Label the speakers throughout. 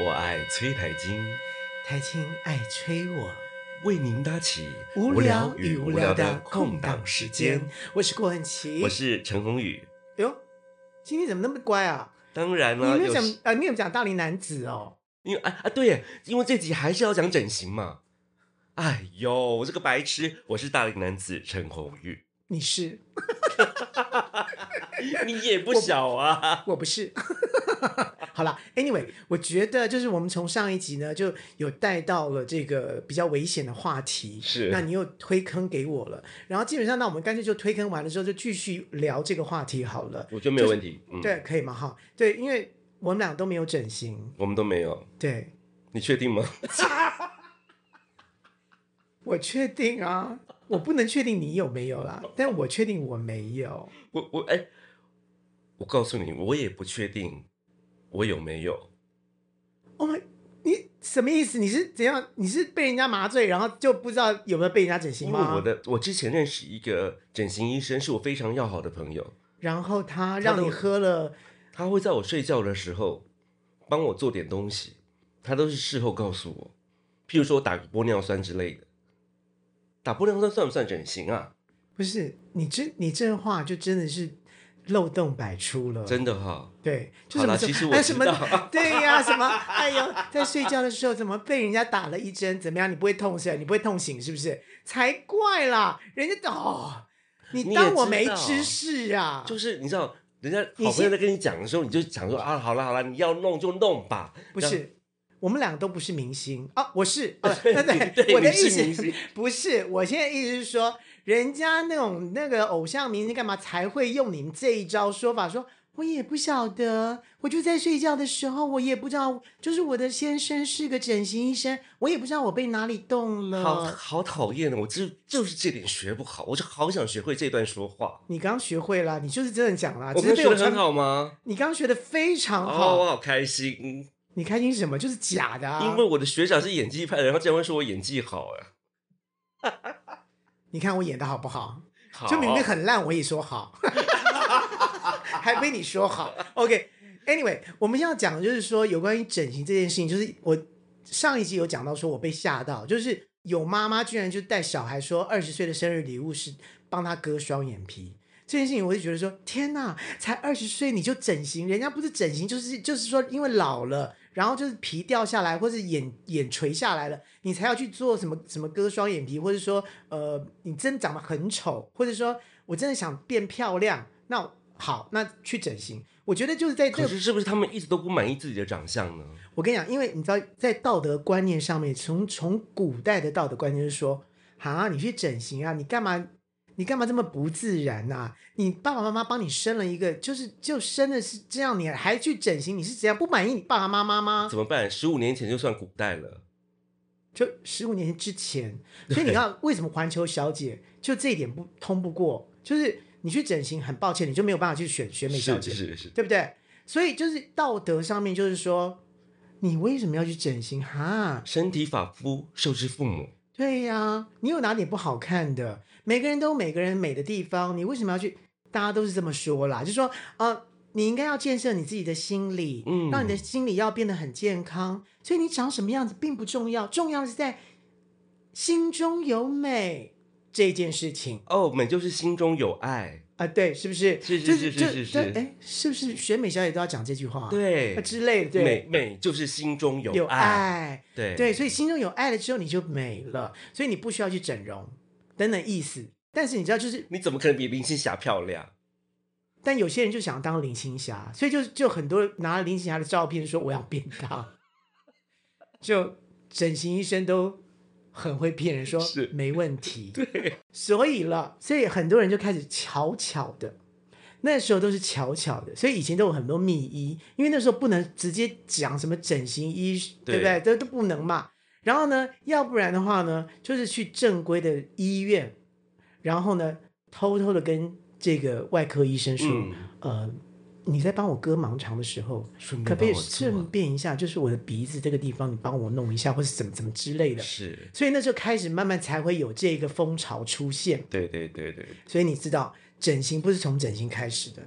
Speaker 1: 我爱崔台金，
Speaker 2: 台青爱吹我，
Speaker 1: 为您搭起
Speaker 2: 无聊与
Speaker 1: 无
Speaker 2: 无
Speaker 1: 聊
Speaker 2: 聊
Speaker 1: 的
Speaker 2: 的
Speaker 1: 空
Speaker 2: 空
Speaker 1: 档
Speaker 2: 档
Speaker 1: 时
Speaker 2: 时
Speaker 1: 间
Speaker 2: 间。。我是郭文琪。
Speaker 1: 我是陈宏宇，
Speaker 2: 哎呦，今天怎么那么乖啊？
Speaker 1: 当然
Speaker 2: 你
Speaker 1: 啦，
Speaker 2: 没有
Speaker 1: 有
Speaker 2: 讲
Speaker 1: 时
Speaker 2: 呃，没有讲大龄男子哦。
Speaker 1: 因为啊啊对耶，因为这集还是要讲整形嘛。哎呦，我这个白痴，我是大龄男子陈宏宇，
Speaker 2: 你是，
Speaker 1: 你也不小啊。
Speaker 2: 我不是。 好啦 a n y w a y 我觉得就是我们从上一集呢就有带到了这个比较危险的话题，
Speaker 1: 是
Speaker 2: 那你又推坑给我了，然后基本上那我们干脆就推坑完了之后就继续聊这个话题好了，
Speaker 1: 我觉得没有问题，嗯，
Speaker 2: 对，可以吗？哈，对，因为我们俩都没有整形，
Speaker 1: 我们都没有，
Speaker 2: 对
Speaker 1: 你确定吗？
Speaker 2: 我确定啊，我不能确定你有没有啦，但我确定我没有，
Speaker 1: 我我哎，我告诉你，我也不确定我有没有。
Speaker 2: Oh my，你什么意思？你是怎样？你是被人家麻醉，然后就不知道有没有被人家整形
Speaker 1: 因为
Speaker 2: 吗？
Speaker 1: 我的我之前认识一个整形医生，是我非常要好的朋友，
Speaker 2: 然后他让
Speaker 1: 都
Speaker 2: 你喝了，
Speaker 1: 他会在我睡觉的时候帮我做点东西，他都是事后告诉我，譬如说我打个玻尿酸之类的。打玻尿酸算不算整形啊？
Speaker 2: 不是你这你这话就真的是漏洞百出了。
Speaker 1: 真的哈、
Speaker 2: 对，就
Speaker 1: 好
Speaker 2: 什
Speaker 1: 啦
Speaker 2: 么
Speaker 1: 其实我
Speaker 2: 哎
Speaker 1: 知
Speaker 2: 什么
Speaker 1: 道
Speaker 2: 对呀、什么哎呦，在睡觉的时候怎么被人家打了一针？怎么样？你不会痛是吧？你不会痛醒是不是？才怪啦！人家哦，
Speaker 1: 你
Speaker 2: 你
Speaker 1: 也
Speaker 2: 当我
Speaker 1: 知
Speaker 2: 没
Speaker 1: 道
Speaker 2: 知识啊？
Speaker 1: 就是你知道，人家
Speaker 2: 你
Speaker 1: 好朋友
Speaker 2: 先
Speaker 1: 在跟你讲的时候，你就想说啊，好了好了，你要弄就弄吧。
Speaker 2: 不
Speaker 1: 然后
Speaker 2: 是，我们两个都不是明星啊，我是，啊、对 对
Speaker 1: 哦对
Speaker 2: 我的
Speaker 1: 你是
Speaker 2: 意思
Speaker 1: 明星
Speaker 2: 不是，我现在意思是说，人家那种那个偶像明星干嘛才会用你们这一招说法说。我也不晓得，我就在睡觉的时候，我也不知道，就是我的先生是个整形医生，我也不知道我被哪里动
Speaker 1: 好
Speaker 2: 了。
Speaker 1: 好讨厌哦！我就就是这点学不好，我就好想学会这段说话。
Speaker 2: 你刚学会了，你就是真的讲
Speaker 1: 我
Speaker 2: 了，啊只
Speaker 1: 们
Speaker 2: 是被
Speaker 1: 学
Speaker 2: 我
Speaker 1: 的很
Speaker 2: 传。
Speaker 1: 好吗？
Speaker 2: 你刚学的非常
Speaker 1: 哦，
Speaker 2: 好，
Speaker 1: 我好开心，嗯
Speaker 2: 你开心什么？就是假的啊！
Speaker 1: 因为我的学长是演技派的，然后竟然会说我演技好哎、
Speaker 2: 你看我演的好不好？
Speaker 1: 好
Speaker 2: 就明明很烂，我也说好， 还被你说好。OK，Anyway，、我们要讲的就是说有关于整形这件事情，就是我上一集有讲到，说我被吓到，就是有妈妈居然就带小孩说二十岁的生日礼物是帮他割双眼皮。这件事情，我就觉得说，天呐，才二十岁你就整形，人家不是整形，就是就是说，因为老了，然后就是皮掉下来，或是眼眼垂下来了，你才要去做什么什么割双眼皮，或者说，呃，你真的长得很丑，或者说我真的想变漂亮，那好，那去整形。我觉得就是在这
Speaker 1: 可
Speaker 2: 个
Speaker 1: 是是不是他们一直都不满意自己的长相呢？
Speaker 2: 我跟你讲，因为你知道，在道德观念上面，从从古代的道德观念就是说，啊，你去整形啊，你干嘛？你干嘛这么不自然呐、啊你爸爸妈妈帮你生了一个，就是就生的是这样，你还去整形，你是怎样不满意你爸爸妈妈吗？
Speaker 1: 怎么办？十五年前就算古代了，
Speaker 2: 就十五年之前，所以你看为什么环球小姐就这一点不通不过，就是你去整形，很抱歉，你就没有办法去选选美小
Speaker 1: 是
Speaker 2: 姐。
Speaker 1: 是是，
Speaker 2: 对不对？所以就是道德上面，就是说，你为什么要去整形？哈，
Speaker 1: 身体发肤受之父母，
Speaker 2: 对呀、你有哪里不好看的？每个人都有每个人美的地方，你为什么要去？大家都是这么说啦，就说呃，你应该要建设你自己的心理，
Speaker 1: 嗯
Speaker 2: 让你的心理要变得很健康。所以你长什么样子并不重要，重要的是在心中有美这件事情
Speaker 1: 哦，美就是心中有爱，
Speaker 2: 啊、对，是不是？
Speaker 1: 是是
Speaker 2: 就是
Speaker 1: 是
Speaker 2: 就是就是哎，是不是选美小姐都要讲这句话、啊？
Speaker 1: 对
Speaker 2: 啊，之类的，对，
Speaker 1: 美美就是心中有
Speaker 2: 有
Speaker 1: 爱，
Speaker 2: 爱，
Speaker 1: 对
Speaker 2: 对，所以心中有爱了之后，你就美了，所以你不需要去整容等等意思。但是你知道，就是
Speaker 1: 你怎么可能比林青霞漂亮？
Speaker 2: 但有些人就想当林青霞，所以就就很多人拿了林青霞的照片说我要变大，就整形医生都很会骗人说
Speaker 1: 是
Speaker 2: 没问题，
Speaker 1: 对，
Speaker 2: 所以了，所以很多人就开始巧巧的。那时候都是巧巧的，所以以前都有很多秘医，因为那时候不能直接讲什么整形医，对不对？这都不能嘛。然后呢，要不然的话呢，就是去正规的医院，然后呢，偷偷的跟这个外科医生说，
Speaker 1: 嗯，
Speaker 2: 呃，你在帮我割盲肠的时候，
Speaker 1: 顺便
Speaker 2: 可不可
Speaker 1: 帮
Speaker 2: 以
Speaker 1: 我做
Speaker 2: 顺
Speaker 1: 啊，
Speaker 2: 便一下，就是我的鼻子这个地方，你帮我弄一下，或是怎么怎么之类的。
Speaker 1: 是，
Speaker 2: 所以那时候开始慢慢才会有这个风潮出现。
Speaker 1: 对对对对，
Speaker 2: 所以你知道，整形不是从整形开始的，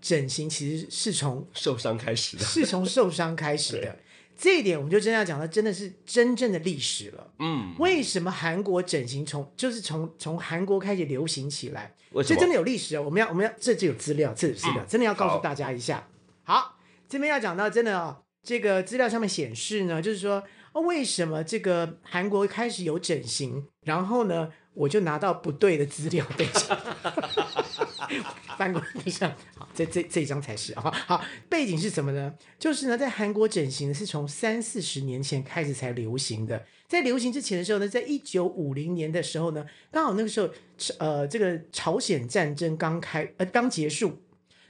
Speaker 2: 整形其实是从
Speaker 1: 受伤开始的，
Speaker 2: 是从受伤开始的。这一点我们就真的要讲到，真的是真正的历史了。
Speaker 1: 嗯，
Speaker 2: 为什么韩国整形从就是从从韩国开始流行起来？
Speaker 1: 为什
Speaker 2: 这
Speaker 1: 么嗯
Speaker 2: 真的有历史啊！我们要我们要这就有资料，这有资料，真的要告诉大家一下。好，这边要讲到真的哦，这个资料上面显示呢，就是说、哦、为什么这个韩国开始有整形，然后呢，我就拿到不对的资料，等一下， 翻过一下，好，这这这一张才是啊、好，背景是什么呢？就是呢，在韩国整形呢是从三四十年前开始才流行的，在流行之前的时候呢，在一九五零年的时候呢，刚好那个时候，呃，这个朝鲜战争刚开，呃，刚结束，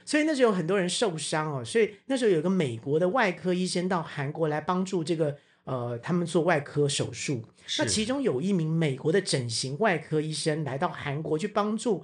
Speaker 2: 所以那时候有很多人受伤哦，所以那时候有一个美国的外科医生到韩国来帮助这个呃他们做外科手术。那其中有一名美国的整形外科医生来到韩国去帮助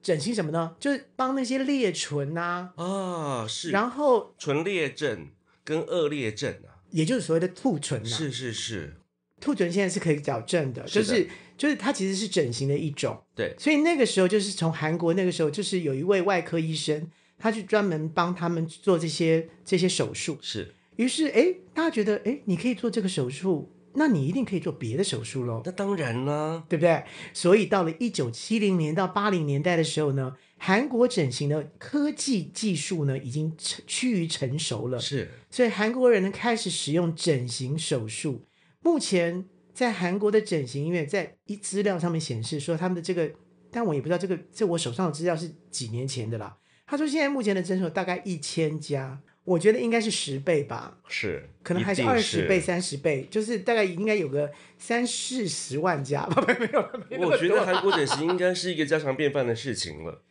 Speaker 2: 整形什么呢？就是帮那些裂唇啊，
Speaker 1: 啊，是
Speaker 2: 然后
Speaker 1: 唇裂症跟恶劣症啊，
Speaker 2: 也就是所谓的兔唇啊。
Speaker 1: 是是是，
Speaker 2: 兔唇现在是可以矫正的，
Speaker 1: 是
Speaker 2: 就
Speaker 1: 的
Speaker 2: 是就是它其实是整形的一种。
Speaker 1: 对，
Speaker 2: 所以那个时候就是从韩国那个时候就是有一位外科医生，他去专门帮他们做这些这些手术。
Speaker 1: 是。
Speaker 2: 于是，哎，大家觉得，哎，你可以做这个手术，那你一定可以做别的手术喽，
Speaker 1: 那当然啦，
Speaker 2: 对不对？所以，到了一九七零年到八零年代的时候呢，韩国整形的科技技术呢已经成趋于成熟了，
Speaker 1: 是
Speaker 2: 所以韩国人呢开始使用整形手术。目前在韩国的整形医院，在一资料上面显示说，他们的这个，但我也不知道这个，这我手上的资料是几年前的啦。他说现在目前的诊所大概一千家，我觉得应该是十倍吧。
Speaker 1: 是，
Speaker 2: 可能还是
Speaker 1: 一定
Speaker 2: 二十 倍、。三十倍，就是大概应该有个三四十万家吧， 没有，没有。
Speaker 1: 我觉得韩国整形应该是一个家常便饭的事情了。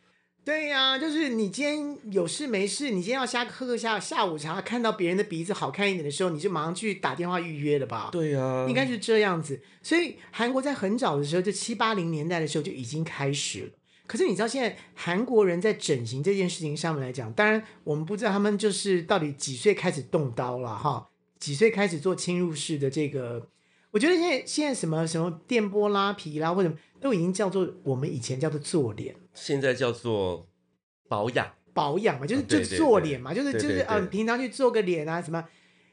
Speaker 2: 对呀、就是你今天有事没事，你今天要下喝个下下午茶，看到别人的鼻子好看一点的时候，你就马上去打电话预约了吧？
Speaker 1: 对啊，
Speaker 2: 应该是这样子。所以韩国在很早的时候，就七八零年代的时候就已经开始了。可是你知道现在韩国人在整形这件事情上面来讲，当然我们不知道他们就是到底几岁开始动刀了哈，几岁开始做侵入式的这个。我觉得现在现在什么什么电波拉皮啦，或者都已经叫做我们以前叫做做脸
Speaker 1: 现在叫做保养，
Speaker 2: 保养嘛，就是
Speaker 1: 啊
Speaker 2: 就
Speaker 1: 对
Speaker 2: 是
Speaker 1: 对
Speaker 2: 做
Speaker 1: 对
Speaker 2: 脸嘛，就是
Speaker 1: 对
Speaker 2: 就
Speaker 1: 对
Speaker 2: 是啊，
Speaker 1: 对
Speaker 2: 平常去做个脸啊什么，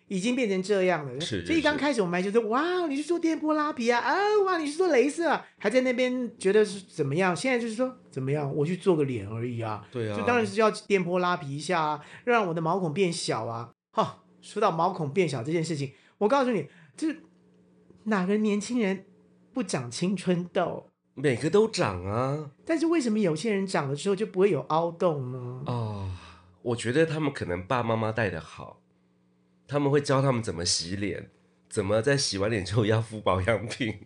Speaker 2: 已经变成这样了。
Speaker 1: 是
Speaker 2: 所
Speaker 1: 是
Speaker 2: 以刚
Speaker 1: 是
Speaker 2: 开始我们还觉得哇，你是做电波拉皮啊，啊哇，你是做镭射、啊，还在那边觉得是怎么样？现在就是说怎么样，我去做个脸而已啊，
Speaker 1: 对啊，
Speaker 2: 就当然是要电波拉皮一下啊，让我的毛孔变小啊。哈、说到毛孔变小这件事情，我告诉你，就是哪个年轻人不长青春痘？
Speaker 1: 每个都长啊
Speaker 2: 但是为什么有些人长了之后就不会有凹洞呢？
Speaker 1: 啊、我觉得他们可能爸妈妈带的好，他们会教他们怎么洗脸，怎么在洗完脸之后要敷保养品。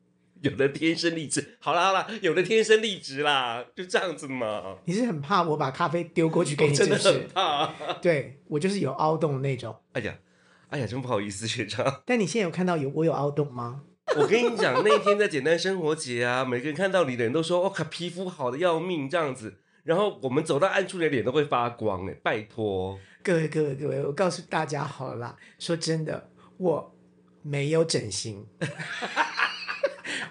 Speaker 1: 有的天生丽质，好啦好啦，有的天生丽质啦，就这样子嘛。
Speaker 2: 你是很怕我把咖啡丢过去给
Speaker 1: 我哎哦
Speaker 2: 你，
Speaker 1: 真
Speaker 2: 是
Speaker 1: 的
Speaker 2: 不是
Speaker 1: 很？怕。
Speaker 2: 对我就是有凹洞的那种。
Speaker 1: 哎呀，哎呀，真不好意思，学长。
Speaker 2: 但你现在有看到有我有凹洞吗？
Speaker 1: 我跟你讲，那一天在简单生活节啊，每个人看到你的人都说：“我、靠，皮肤好的要命，这样子。”然后我们走到暗处，你的脸都会发光哎、拜托，
Speaker 2: 各位各位各位，我告诉大家好了啦，说真的，我没有整 形，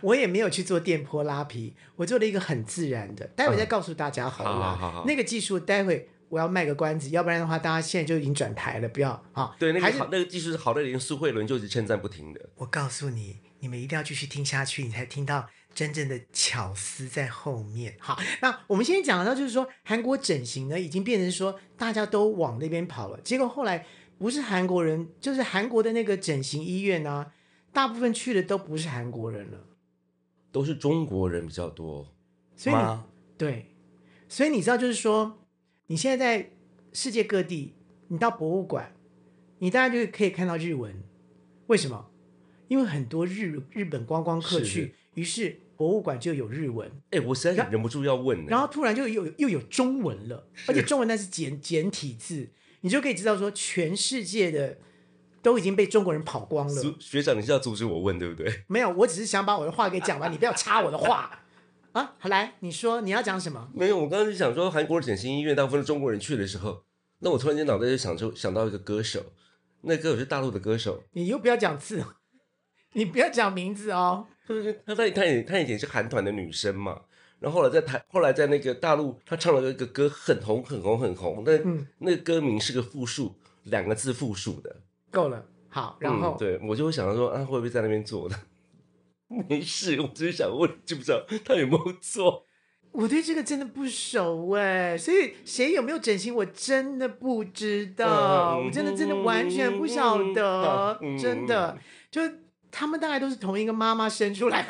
Speaker 2: 我也没有去做电波拉皮，我做了一个很自然的，待会再告诉大家好了
Speaker 1: 嗯好
Speaker 2: 啦。
Speaker 1: 好好好
Speaker 2: 那个技术待会我要卖个关子，要不然的话大家现在就已经转台了，不要啊。
Speaker 1: 对那
Speaker 2: 还
Speaker 1: 个
Speaker 2: 是
Speaker 1: 好，那个技术是好的，连苏慧伦就一直称赞不停的。
Speaker 2: 我告诉你，你们一定要继续听下去，你才听到真正的巧思在后面。好，那我们先讲到就是说，韩国整形呢已经变成说大家都往那边跑了，结果后来不是韩国人，就是韩国的那个整形医院啊，大部分去的都不是韩国人了，
Speaker 1: 都是中国人比较多
Speaker 2: 所以你
Speaker 1: 吗？
Speaker 2: 对，所以你知道，就是说，你现在在世界各地，你到博物馆，你大概就可以看到日文。为什么？因为很多日日本观光客
Speaker 1: 是
Speaker 2: 去，于是博物馆就有日文，
Speaker 1: 哎、我实在忍不住要问呢、
Speaker 2: 然后突然就又又有中文了，而且中文那是简简体字，你就可以知道说，全世界的都已经被中国人跑光了。
Speaker 1: 苏学长，你是要阻止我问对不对？
Speaker 2: 没有，我只是想把我的话给讲完，你不要插我的话 啊！好，来，你说你要讲什么？
Speaker 1: 没有，我刚刚就想说，韩国的整形医院大部分是中国人去的时候，那我突然间脑袋就想出想到一个歌手，那歌手是大陆的歌手，
Speaker 2: 你又不要讲字，你不要讲名字哦。
Speaker 1: 她在她也她以前是韩团的女生嘛，然后后来在台后来在那个大陆，她唱了一个歌很红很红很红，那、
Speaker 2: 嗯
Speaker 1: 那个歌名是个复数，两个字复数的，
Speaker 2: 够了，好，然后
Speaker 1: 嗯、对我就会想到说，啊，会不会在那边做的？ 没事，我只是想问，知不知道他有没有做？
Speaker 2: 我对这个真的不熟哎，所以谁有没有整形，我真的不知道，
Speaker 1: 嗯
Speaker 2: 我真的真的完全不晓得，
Speaker 1: 嗯嗯嗯
Speaker 2: 真的，就他们大概都是同一个妈妈生出 来的。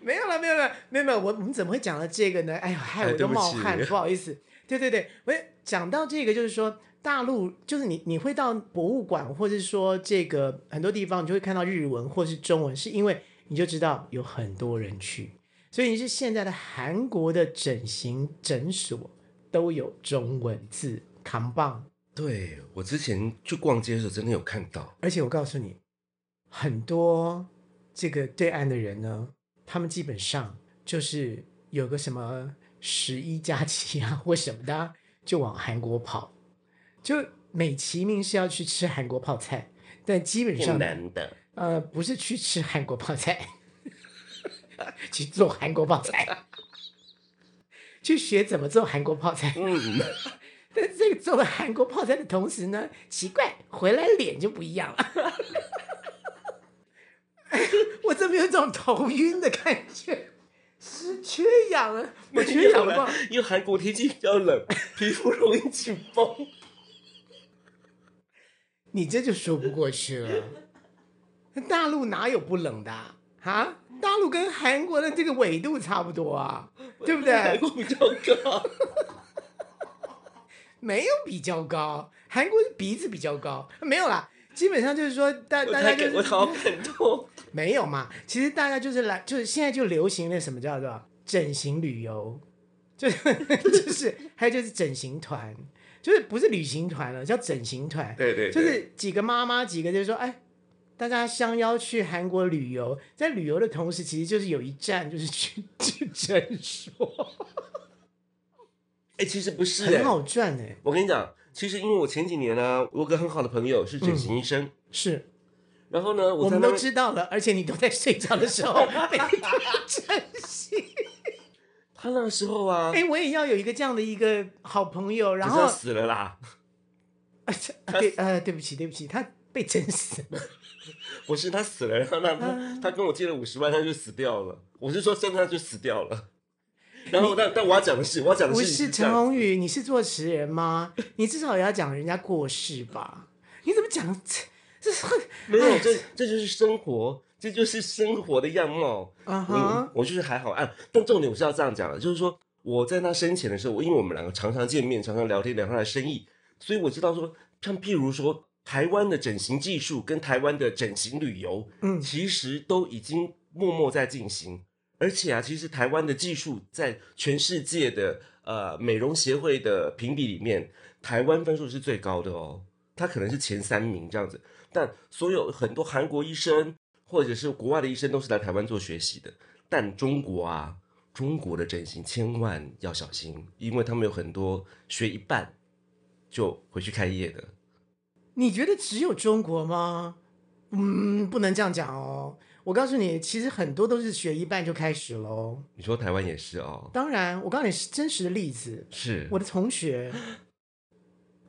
Speaker 2: 没有了，没有了，没有没有，我我们怎么会讲到这个呢？哎呦，害
Speaker 1: 哎
Speaker 2: 我
Speaker 1: 对
Speaker 2: 都
Speaker 1: 不
Speaker 2: 冒
Speaker 1: 起
Speaker 2: 汗，不好意思。对对对，我也讲到这个，就是说大陆，就是你你会到博物馆，或者说这个很多地方，你就会看到日文或是中文，是因为你就知道有很多人去，所以你是现在的韩国的整形诊所都有中文字扛棒，
Speaker 1: 对我之前去逛街的时候，真的有看到，
Speaker 2: 而且我告诉你，很多这个对岸的人呢，他们基本上就是有个什么十一假期啊 或什么的啊，就往韩国跑，就美其名是要去吃韩国泡菜，但基本
Speaker 1: 不
Speaker 2: 上
Speaker 1: 难的。
Speaker 2: 呃不是去吃韩国泡菜， 去做韩国泡菜， 去学怎么做韩国泡菜。
Speaker 1: 嗯，
Speaker 2: 但是这个做了韩国泡菜的同时呢，奇怪，回来脸就不一样了。 我怎么有一种头晕的感觉？是缺氧啊！我缺氧
Speaker 1: 了
Speaker 2: 了，，
Speaker 1: 因为韩国天气比较冷，皮肤容易紧绷。
Speaker 2: 你这就说不过去了。大陆哪有不冷的啊？啊大陆跟韩国的这个纬度差不多啊，对不
Speaker 1: 韩
Speaker 2: 对？
Speaker 1: 国比较高。
Speaker 2: 没有比较高，韩国是鼻子比较高，没有啦。基本上就是说，大
Speaker 1: 我
Speaker 2: 大家
Speaker 1: 才
Speaker 2: 就是
Speaker 1: 我好感动。
Speaker 2: 没有嘛，其实大家就是来，就是现在就流行那什么叫做整形旅游， 就是就是还有就是整形团，就是不是旅行团了，叫整形团，
Speaker 1: 对对
Speaker 2: 就
Speaker 1: 对
Speaker 2: 是几个妈妈几个就说，哎，大家相邀去韩国旅游，在旅游的同时，其实就是有一站就是去 去诊所，
Speaker 1: 哎、其实不是、
Speaker 2: 很
Speaker 1: 哎
Speaker 2: 好赚哎、
Speaker 1: 我跟你讲，其实因为我前几年呢、我有个很好的朋友是整形医生，
Speaker 2: 是
Speaker 1: 然后呢，
Speaker 2: 嗯我
Speaker 1: 在
Speaker 2: 们
Speaker 1: 那
Speaker 2: 都
Speaker 1: 边
Speaker 2: 知道了，而且你都在睡觉的时候被 整形。
Speaker 1: 他那个时候啊，
Speaker 2: 哎、我也要有一个这样的一个好朋友，然
Speaker 1: 可是他
Speaker 2: 后
Speaker 1: 死了啦。
Speaker 2: 啊这 啊对，呃，对不起，对不起，他被整死了。
Speaker 1: 不是他死了，然后他
Speaker 2: 嗯
Speaker 1: 他他跟我借了五十万，他就死掉了。我是说真的，他就死掉了。然后但但我要讲的是，我要讲的
Speaker 2: 不
Speaker 1: 是
Speaker 2: 是
Speaker 1: 这
Speaker 2: 陈
Speaker 1: 样
Speaker 2: 宏宇，你是作词人吗？你至少也要讲人家过世吧？你怎么讲这这是
Speaker 1: 没有，
Speaker 2: 哎
Speaker 1: 这这就是生活，这就是生活的样貌。
Speaker 2: 啊哈
Speaker 1: 嗯，我就是还好啊，但重点我是要这样讲的，啊就是说我在他生前的时候，我因为我们两个常常见面，常常聊天聊他的生意，所以我知道说，像譬如说台湾的整形技术跟台湾的整形旅游，
Speaker 2: 嗯
Speaker 1: 其实都已经默默在进行。而且啊，其实台湾的技术在全世界的呃美容协会的评比里面，台湾分数是最高的哦，它可能是前三名这样子。但所有很多韩国医生或者是国外的医生都是来台湾做学习的，但中国啊，中国的整形千万要小心，因为他们有很多学一半就回去开业的。
Speaker 2: 你觉得只有中国吗？嗯，不能这样讲哦。我告诉你，其实很多都是学一半就开始喽。
Speaker 1: 你说台湾也是哦，
Speaker 2: 当然，我告诉你是真实的例子。
Speaker 1: 是
Speaker 2: 我的同学，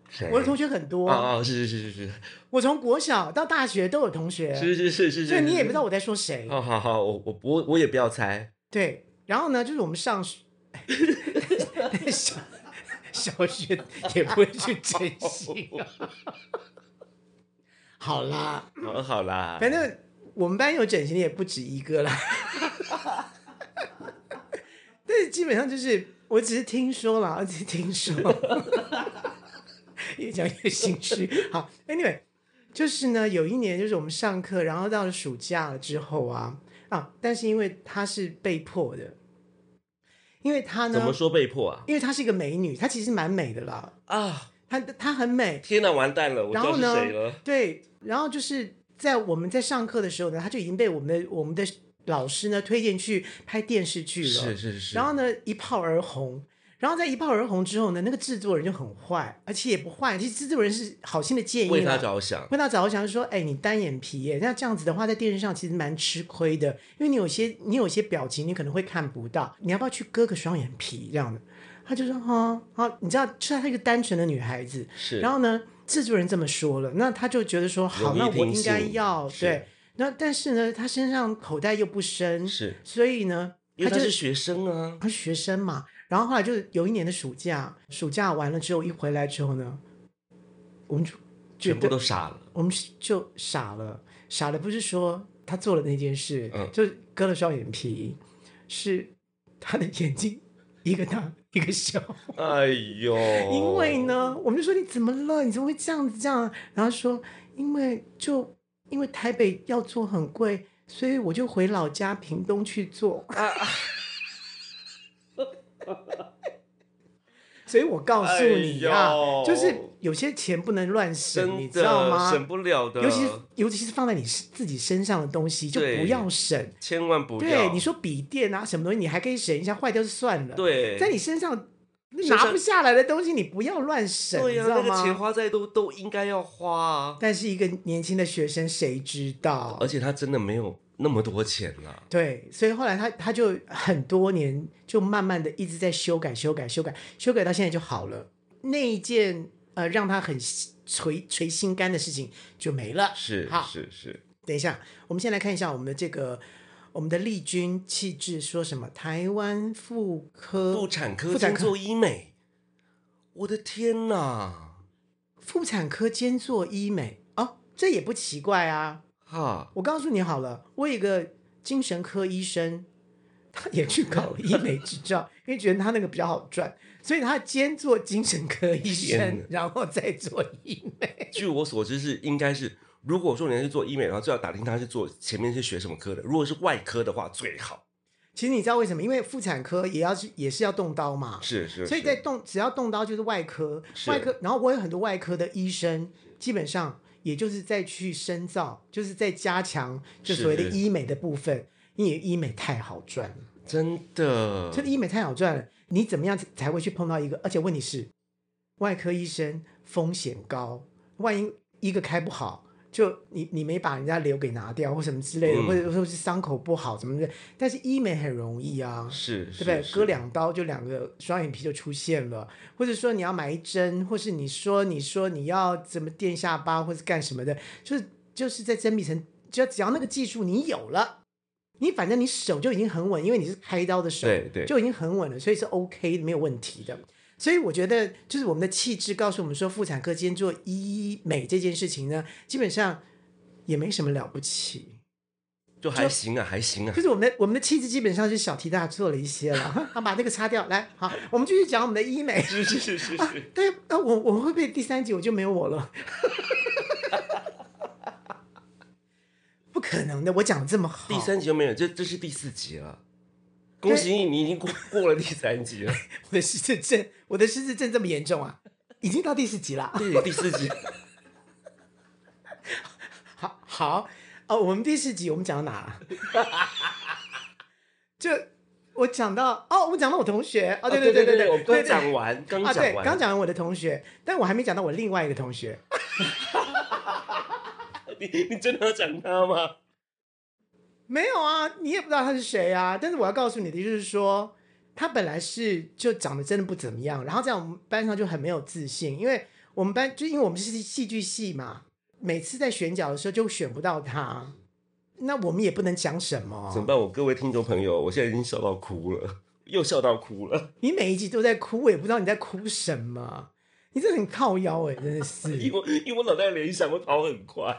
Speaker 1: 谁
Speaker 2: 我的同学很多，
Speaker 1: 啊啊，是是是是
Speaker 2: 我从国小到大学都有同学，
Speaker 1: 是是是是是，
Speaker 2: 所以你也不知道
Speaker 1: 我。
Speaker 2: 我在说谁。
Speaker 1: 好好好，我我我我也不要猜，
Speaker 2: 对，然后呢，就是我们上学 小小学也不会去整形、啊。 好啦，
Speaker 1: 好好啦，
Speaker 2: 嗯反正我们班有整形的也不止一个啦。但是基本上就是，我只是听说啦，我只是听说，越讲越心虚。好，anyway，就是呢，有一年就是我们上课，然后到了暑假了之后啊啊，但是因为她是被迫的，因为她
Speaker 1: 怎
Speaker 2: 呢
Speaker 1: 么，说被迫啊
Speaker 2: 因为她是一个美女，她其实蛮美的啦，
Speaker 1: 啊！
Speaker 2: 她她很美，
Speaker 1: 天哪，完蛋了，我知
Speaker 2: 然
Speaker 1: 道
Speaker 2: 后
Speaker 1: 是
Speaker 2: 呢
Speaker 1: 谁了。
Speaker 2: 对，然后就是在我们在上课的时候呢，她就已经被我们的我们的老师呢推荐去拍电视剧了，
Speaker 1: 是是是，
Speaker 2: 然后呢一炮而红。然后在一炮而红之后呢，那个制作人就很坏，而且也不坏，其实制作人是好心的建议
Speaker 1: 为
Speaker 2: 啦
Speaker 1: 他着想，
Speaker 2: 问到早，我想说，哎，你单眼皮耶，那这样子的话，在电视上其实蛮吃亏的，因为你有些你有些表情你可能会看不到，你要不要去割个双眼皮这样的？他就说，哈、啊，你知道，是她一个单纯的女孩子，
Speaker 1: 是
Speaker 2: 然后呢，制作人这么说了，那他就觉得说好，
Speaker 1: 容易
Speaker 2: 那我
Speaker 1: 听
Speaker 2: 应该
Speaker 1: 信
Speaker 2: 要
Speaker 1: 是
Speaker 2: 对。那但是呢，他身上口袋又不深，
Speaker 1: 是
Speaker 2: 所以呢，
Speaker 1: 因为
Speaker 2: 他
Speaker 1: 他
Speaker 2: 就是
Speaker 1: 学生啊，
Speaker 2: 他是学生嘛，然后后来就是有一年的暑假，暑假完了之后一回来之后呢，我们就觉
Speaker 1: 全部
Speaker 2: 得
Speaker 1: 都傻了。
Speaker 2: 我们就傻了，傻了不是说他做了那件事，
Speaker 1: 嗯
Speaker 2: 就割了双眼皮，是他的眼睛一个大一个小，
Speaker 1: 哎呦，
Speaker 2: 因为呢，
Speaker 1: 哦
Speaker 2: 我们就说你怎么了？你怎么会这样子这样啊？然后说因为就因为台北要做很贵，所以我就回老家屏东去做。
Speaker 1: 啊
Speaker 2: 所以我告诉你啊，
Speaker 1: 哎呦
Speaker 2: 就是有些钱不能乱省，你
Speaker 1: 真
Speaker 2: 知道
Speaker 1: 的
Speaker 2: 吗？
Speaker 1: 省不了的，
Speaker 2: 尤其是尤其是放在你自己身上的东西，就
Speaker 1: 对
Speaker 2: 不要省。
Speaker 1: 千万不要。
Speaker 2: 对，你说笔电啊，什么东西你还可以省一下，坏掉就算了。，
Speaker 1: 对，
Speaker 2: 在你身上
Speaker 1: 身上
Speaker 2: 拿不下来的东西，你不要乱省，
Speaker 1: 对
Speaker 2: 你
Speaker 1: 呀、
Speaker 2: 知道
Speaker 1: 那个钱
Speaker 2: 吗？
Speaker 1: 花再多都应该要花啊。
Speaker 2: 但是一个年轻的学生，谁知道
Speaker 1: 而？且他真的没有那么多钱啦、
Speaker 2: 对，所以后来他他就很多年就慢慢的一直在修改修改修改修改到现在就好了。那一件呃让他很垂垂心肝的事情就没了。
Speaker 1: 是
Speaker 2: 好
Speaker 1: 是是，
Speaker 2: 等一下，我们先来看一下我们的这个我们的丽君气质说什么？台湾妇科
Speaker 1: 妇产科
Speaker 2: 妇
Speaker 1: 兼
Speaker 2: 产科
Speaker 1: 做医美，我的天哪！
Speaker 2: 妇产科兼做医美哦，这也不奇怪啊。
Speaker 1: 哈，
Speaker 2: 我告诉你好了，我有一个精神科医生，他也去考了医美执照，因为觉得他那个比较好赚，所以他兼做精神科医
Speaker 1: 天
Speaker 2: 生
Speaker 1: 哪，
Speaker 2: 然后再做医美。
Speaker 1: 据我所知是应该是，如果说你要去做医美的话，最好打听他是做前面是学什么科的。如果是外科的话最好。
Speaker 2: 其实你知道为什么？因为妇产科也要去，也是要动刀嘛，
Speaker 1: 是是，
Speaker 2: 所以
Speaker 1: 是
Speaker 2: 在动只要动刀就是外科，
Speaker 1: 是
Speaker 2: 外科。然后我有很多外科的医生，基本上也就是在去深造，就是在加强就是所谓的
Speaker 1: 是
Speaker 2: 医美的部分，因为医美太好赚了。
Speaker 1: 真的
Speaker 2: 这个医美太好赚了，你怎么样才会去碰到一个？而且问题是，外科医生风险高，万一一个开不好，就你你没把人家瘤给拿掉或什么之类的，
Speaker 1: 嗯
Speaker 2: 或者说是伤口不好怎么的。但是医美很容易啊，
Speaker 1: 是
Speaker 2: 对
Speaker 1: 是
Speaker 2: 不对？
Speaker 1: 是
Speaker 2: 割两刀就两个双眼皮就出现了，或者说你要埋针，或是你说你说你要怎么垫下巴，或是干什么的，就是就是在真皮层，只要只要那个技术你有了，你反正你手就已经很稳，因为你是开刀的手，
Speaker 1: 对对
Speaker 2: 就已经很稳了，所以是 OK 没有问题的。所以我觉得，就是我们的气质告诉我们说，妇产科兼做医美这件事情呢，基本上也没什么了不起。
Speaker 1: 就还行啊，还行啊
Speaker 2: 就。是我们的我们的气质基本上是小题大做了一些了， 好把那个擦掉，来，好，我们继续讲我们的医美。
Speaker 1: 是是是是是，
Speaker 2: 但啊，我我会不会第三集我就没有我了？ 不可能的，我讲的这么好。
Speaker 1: 第，三集就没有，这这是第四集了。恭喜你，你已经过过了第三集 了。
Speaker 2: 我的失智症，我的失智症这么严重啊，已经到第四集了。
Speaker 1: 对，第四集。
Speaker 2: 好好，哦，我们第四集我们讲到哪 了？就我讲到哦，我讲到我同学哦，对
Speaker 1: 对
Speaker 2: 对
Speaker 1: 对
Speaker 2: 对，
Speaker 1: 我们刚讲完，刚
Speaker 2: 啊，对
Speaker 1: 讲，完，
Speaker 2: 刚讲完我的同学，但我还没讲到我另外一个同学。
Speaker 1: 你你真的要讲他吗？
Speaker 2: 没有啊，你也不知道他是谁啊。但是我要告诉你的就是说，他本来是就长得真的不怎么样，然后在我们班上就很没有自信，因为我们班就因为我们是戏剧系嘛，每次在选角的时候就选不到他，那我们也不能讲什么。
Speaker 1: 怎么办？我各位听众朋友，我现在已经笑到哭了， 又笑到哭了，
Speaker 2: 你每一集都在哭，我也不知道你在哭什么。你真的很靠腰 哎、真的
Speaker 1: 因
Speaker 2: 是
Speaker 1: 为因为我脑袋联想，我跑很快。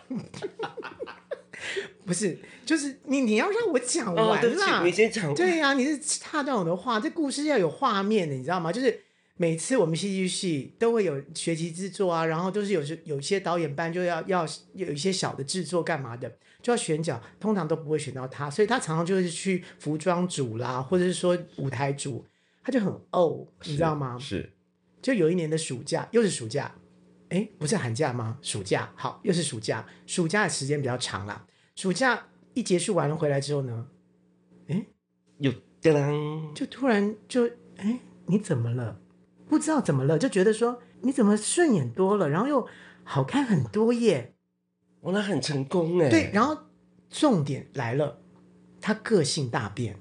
Speaker 2: 不是？就是你你要让我讲
Speaker 1: 哦，
Speaker 2: 完
Speaker 1: 对不起
Speaker 2: 啦。，
Speaker 1: 你先讲。
Speaker 2: 对呀、你是踏断我的话，这故事要有画面的，你知道吗？就是每次我们戏剧系都会有学习制作啊，然后就是有时有一些导演班就要要有一些小的制作干嘛的，就要选角，通常都不会选到他，所以他常常就是去服装组啦，或者是说舞台组，他就很哦，你知道吗？
Speaker 1: 是
Speaker 2: 就有一年的暑假，又是暑假，哎，不是寒假吗？暑假，好，又是暑假，暑假的时间比较长啦。暑假一结束完了回来之后呢，
Speaker 1: 又当当，
Speaker 2: 就突然就哎，你怎么了？不知道怎么了，就觉得说你怎么顺眼多了，然后又好看很多耶。
Speaker 1: 我那很成功哎。
Speaker 2: 对，然后重点来了，他个性大变，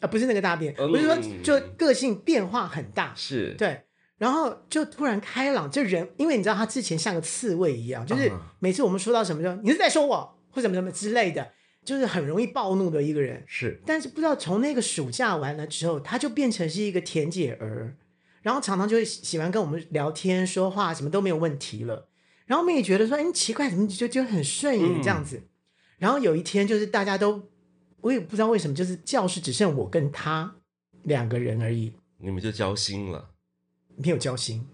Speaker 2: 啊、不是那个大变，
Speaker 1: 嗯
Speaker 2: 不是说就个性变化很大。
Speaker 1: 是
Speaker 2: 对，然后就突然开朗，这人因为你知道他之前像个刺猬一样，就是
Speaker 1: 啊
Speaker 2: 每次我们说到什么就你是在说我或什么什么之类的，就是很容易暴怒的一个人。
Speaker 1: 是
Speaker 2: 但是不知道从那个暑假完了之后，他就变成是一个甜姐儿，然后常常就会喜喜欢跟我们聊天说话，什么都没有问题了。然后我们也觉得说，哎，奇怪，怎么就就很顺眼
Speaker 1: 嗯
Speaker 2: 这样子。然后有一天，就是大家都，我也不知道为什么，就是教室只剩我跟他两个人而已，
Speaker 1: 你们就交心了，
Speaker 2: 没有交心，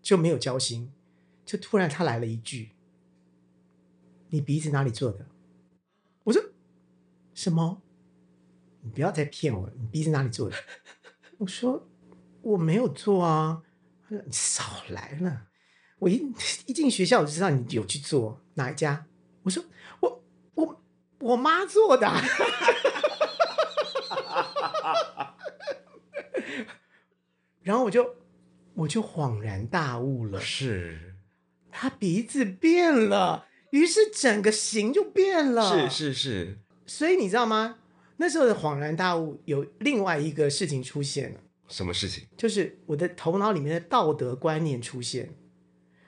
Speaker 2: 就没有交心，就突然他来了一句：“你鼻子哪里做的？”我说：“什么？你不要再骗我！你鼻子哪里做的？”我说：“我没有做啊。”他说：“你少来了！我一一进学校我就知道你有去做哪一家。”我说：“我我我妈做的啊、 然后我就我就恍然大悟了。
Speaker 1: 是
Speaker 2: 他鼻子变了，于是整个形就变了。
Speaker 1: 是，是是，
Speaker 2: 所以你知道吗？那时候的恍然大悟，有另外一个事情出现了，
Speaker 1: 什么事情？
Speaker 2: 就是我的头脑里面的道德观念出现，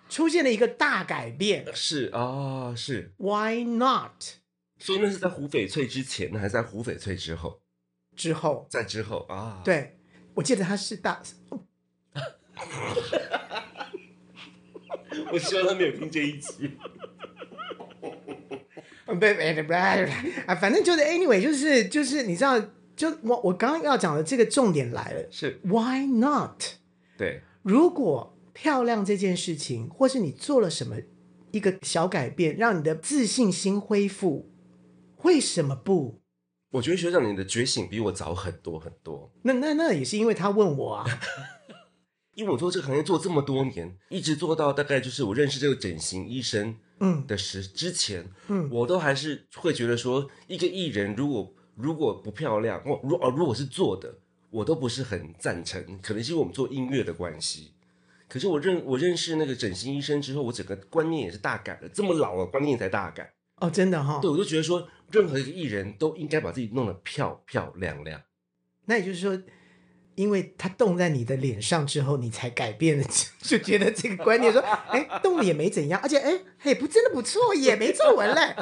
Speaker 2: 出现了一个大改变。
Speaker 1: 是啊，是，
Speaker 2: Why not？
Speaker 1: 所以那是在胡翡翠之前呢，还是在胡翡翠之后？
Speaker 2: 之后，
Speaker 1: 在之后啊，，
Speaker 2: 对我记得他是大，
Speaker 1: 我希望他没有听这一集。
Speaker 2: 不不不不啊，反正就是 anyway，就是就是你知道，就我我刚刚要讲的这个重点来了
Speaker 1: 是
Speaker 2: ，Why not？
Speaker 1: 对，
Speaker 2: 如果漂亮这件事情，或是你做了什么一个小改变，让你的自信心恢复，为什么不？
Speaker 1: 我觉得学长你的觉醒比我早很多很多，
Speaker 2: 那那那也是因为他问 我啊，
Speaker 1: 因为我做这个行业做这么多年，一直做到大概就是我认识这个整形医生
Speaker 2: 嗯
Speaker 1: 的时之前，
Speaker 2: 嗯
Speaker 1: 我都还是会觉得说，一个艺人如果如果不漂亮，我如哦如果是做的，我都不是很赞成，可能是因为我们做音乐的关系。可是我认我认识那个整形医生之后，我整个观念也是大改了，这么老了观念才大改。
Speaker 2: 哦，真的哈、
Speaker 1: 对，我就觉得说，任何一个艺人都应该把自己弄得漂漂亮亮。
Speaker 2: 那也就是说，因为他动在你的脸上之后，你才改变了，就觉得这个观念说， 哎，动了也没怎样，而且哎，也不真的不错，也没皱纹嘞，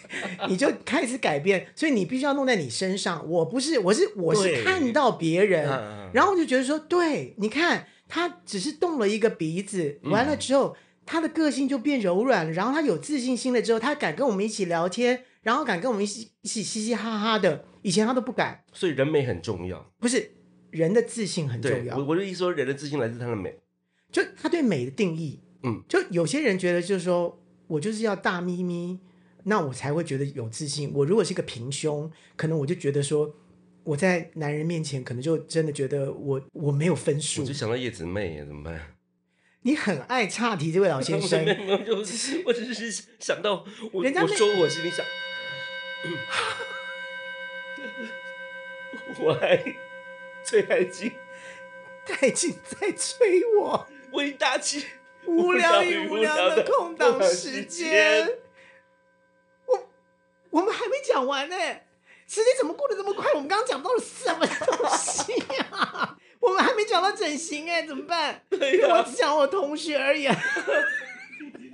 Speaker 2: 你就开始改变，所以你必须要弄在你身上。我不是，我是我是
Speaker 1: 对
Speaker 2: 看到别人，
Speaker 1: 嗯
Speaker 2: 然后我就觉得说，对，你看他只是动了一个鼻子，
Speaker 1: 嗯
Speaker 2: 完了之后。他的个性就变柔软了，然后他有自信心了之后，他敢跟我们一起聊天，然后敢跟我们一起一起嘻嘻哈哈的。以前他都不敢，
Speaker 1: 所以人美很重要。
Speaker 2: 不是人的自信很重
Speaker 1: 对我，
Speaker 2: 要，
Speaker 1: 我的意思说，人的自信来自他的美。
Speaker 2: 就他对美的定义，
Speaker 1: 嗯，
Speaker 2: 就有些人觉得就是说我就是要大咪咪，那我才会觉得有自信。我如果是个平胸，可能我就觉得说我在男人面前可能就真的觉得我我没有分
Speaker 1: 我
Speaker 2: 数
Speaker 1: 就。想到叶子妹耶，怎么 办？
Speaker 2: 你很爱岔题，这位老先生
Speaker 1: 没， 有，没有就是 我只是想到我，
Speaker 2: 人家
Speaker 1: 我
Speaker 2: 妹
Speaker 1: 说我心里想， 我还最爱金，
Speaker 2: 太近在催我，
Speaker 1: 我一大气，
Speaker 2: 无聊
Speaker 1: 与
Speaker 2: 与无聊的空档时间。我我们还没讲完呢、时间怎么过得这么快？我们刚刚讲到了什么东西啊？ 我们还没讲到整形哎、怎么办？
Speaker 1: 对
Speaker 2: 我
Speaker 1: 呀、
Speaker 2: 只讲我同学而已、啊。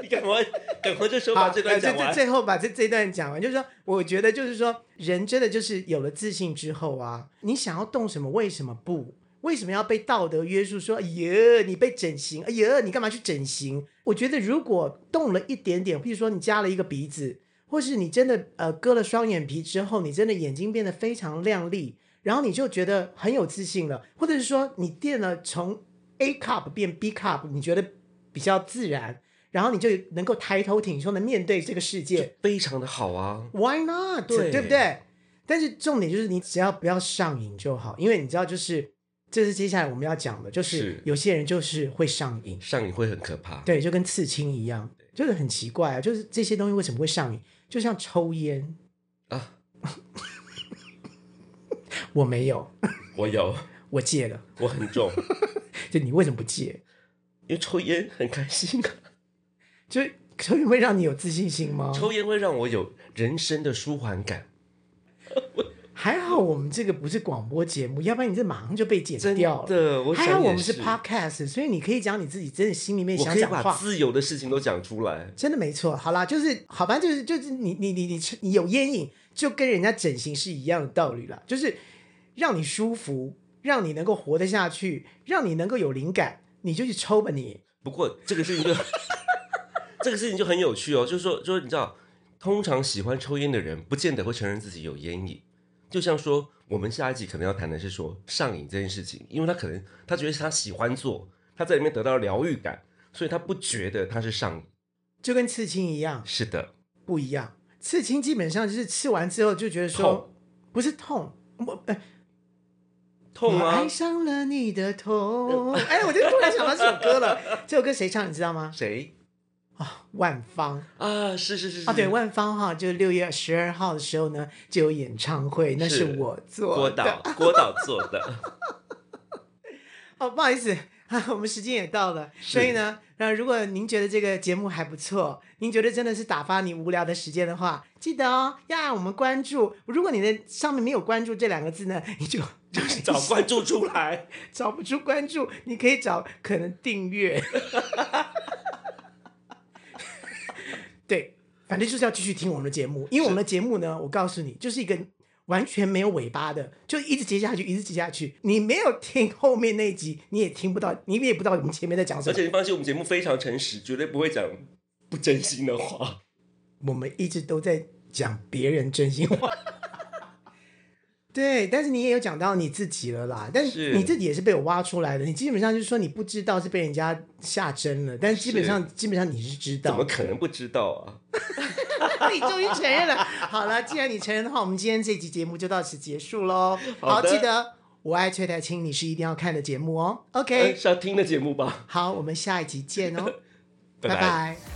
Speaker 1: 你赶快赶快就说把这段讲
Speaker 2: 呃
Speaker 1: 完
Speaker 2: 最。最最后把这这段讲完，就是说，我觉得就是说，人真的就是有了自信之后啊，你想要动什么，为什么不？为什么要被道德约束？说，哎呀，你被整形，哎呀，你干嘛去整形？我觉得如果动了一点点，譬如说你加了一个鼻子，或是你真的呃割了双眼皮之后，你真的眼睛变得非常亮丽，然后你就觉得很有自信了，或者是说你垫了从 A cup 变 B cup，你觉得比较自然，然后你就能够抬头挺胸的面对这个世
Speaker 1: 就
Speaker 2: 界。
Speaker 1: 非常的好啊，
Speaker 2: Why not？
Speaker 1: 对
Speaker 2: 对不对？但是重点就是你只要不要上瘾就好，因为你知道，就是这是接下来我们要讲的，就是
Speaker 1: 是
Speaker 2: 有些人就是会上瘾，
Speaker 1: 上瘾会很可怕。
Speaker 2: 对，就跟刺青一样，就是很奇怪啊，就是这些东西为什么会上瘾？就像抽烟，
Speaker 1: 啊，
Speaker 2: 我没有，
Speaker 1: 我有，
Speaker 2: 我戒了，
Speaker 1: 我很重，
Speaker 2: 就你为什么不戒？
Speaker 1: 因为抽烟很开心啊。
Speaker 2: 就是抽烟会哦让你有自信心吗？
Speaker 1: 抽烟会让我有人生的舒缓感。
Speaker 2: 还好我们这个不是广播节目，要不然你这马上就被剪
Speaker 1: 真
Speaker 2: 掉了。
Speaker 1: 的，我想
Speaker 2: 还好
Speaker 1: 也
Speaker 2: 我们是
Speaker 1: 是
Speaker 2: podcast，所以你可以讲你自己真的心里面
Speaker 1: 我
Speaker 2: 想
Speaker 1: 可以
Speaker 2: 讲
Speaker 1: 把
Speaker 2: 话。
Speaker 1: 自由的事情都讲出来。
Speaker 2: 真的没错，好啦，就是好吧，就是就是你你你你你有烟瘾，就跟人家整形是一样的道理啦，就是让你舒服，让你能够活得下去，让你能够有灵感，你就去抽吧你。
Speaker 1: 不过这个事 情就，这个事情就很有趣哦，就是说，就是你知道，通常喜欢抽烟的人，不见得会承认自己有烟瘾。就像说，我们下一集可能要谈的是说上瘾这件事情，因为他可能他觉得他喜欢做，他在里面得到疗愈感，所以他不觉得他是上瘾。
Speaker 2: 就跟刺青一样，
Speaker 1: 是的，
Speaker 2: 不一样。刺青基本上就是吃完之后就觉得说
Speaker 1: 痛，
Speaker 2: 不是痛，我哎，
Speaker 1: 痛
Speaker 2: 我
Speaker 1: 啊
Speaker 2: 爱！上了你的痛。哎，我就突然想到这首歌 了，这首歌谁唱你知道吗？
Speaker 1: 谁
Speaker 2: 万芳。
Speaker 1: 啊？是是是是
Speaker 2: 啊，对，万芳哈，就六月十二号的时候呢，就有演唱会，那是
Speaker 1: 是
Speaker 2: 我
Speaker 1: 郭
Speaker 2: 做的。
Speaker 1: 导，郭导做 的，
Speaker 2: 哦，不好意思， 啊，我们时间也到了，所以呢，那如果您觉得这个节目还不错，您觉得真的是打发你无聊的时间的话，记得哦，要按我们关注。如果你的上面没有“关注”这两个字呢，你就就是
Speaker 1: 找关注出来。
Speaker 2: 找不出关注，你可以找可能订阅。 对，反正就是要继续听我们的节目，因为我们的节目呢，我告诉你，就是一个完全没有尾巴的，就一直接下去，一直接下去。你没有听后面那一集，你也听不到，你也不知道我们前面在讲什
Speaker 1: 而
Speaker 2: 么
Speaker 1: 且。你放心，我们节目非常诚实，绝对不会讲不真心的话。
Speaker 2: 我们一直都在讲别人真 心话。对，但是你也有讲到你自己了啦，但是
Speaker 1: 是
Speaker 2: 你自己也是被我挖出来的。你基本上就是说你不知道是被人家下针了，但基本上基本上你是知
Speaker 1: 怎
Speaker 2: 道
Speaker 1: 么，可能不知道啊？
Speaker 2: 你终于承认了。好了，既然你承认的话，我们今天这集节目就到此结束喽。好，
Speaker 1: 好的
Speaker 2: 记得我爱崔台青，你是一定要看的节目哦。OK，
Speaker 1: 呃是要听的节目吧？
Speaker 2: 好，我们下一集见哦，
Speaker 1: 拜
Speaker 2: 拜拜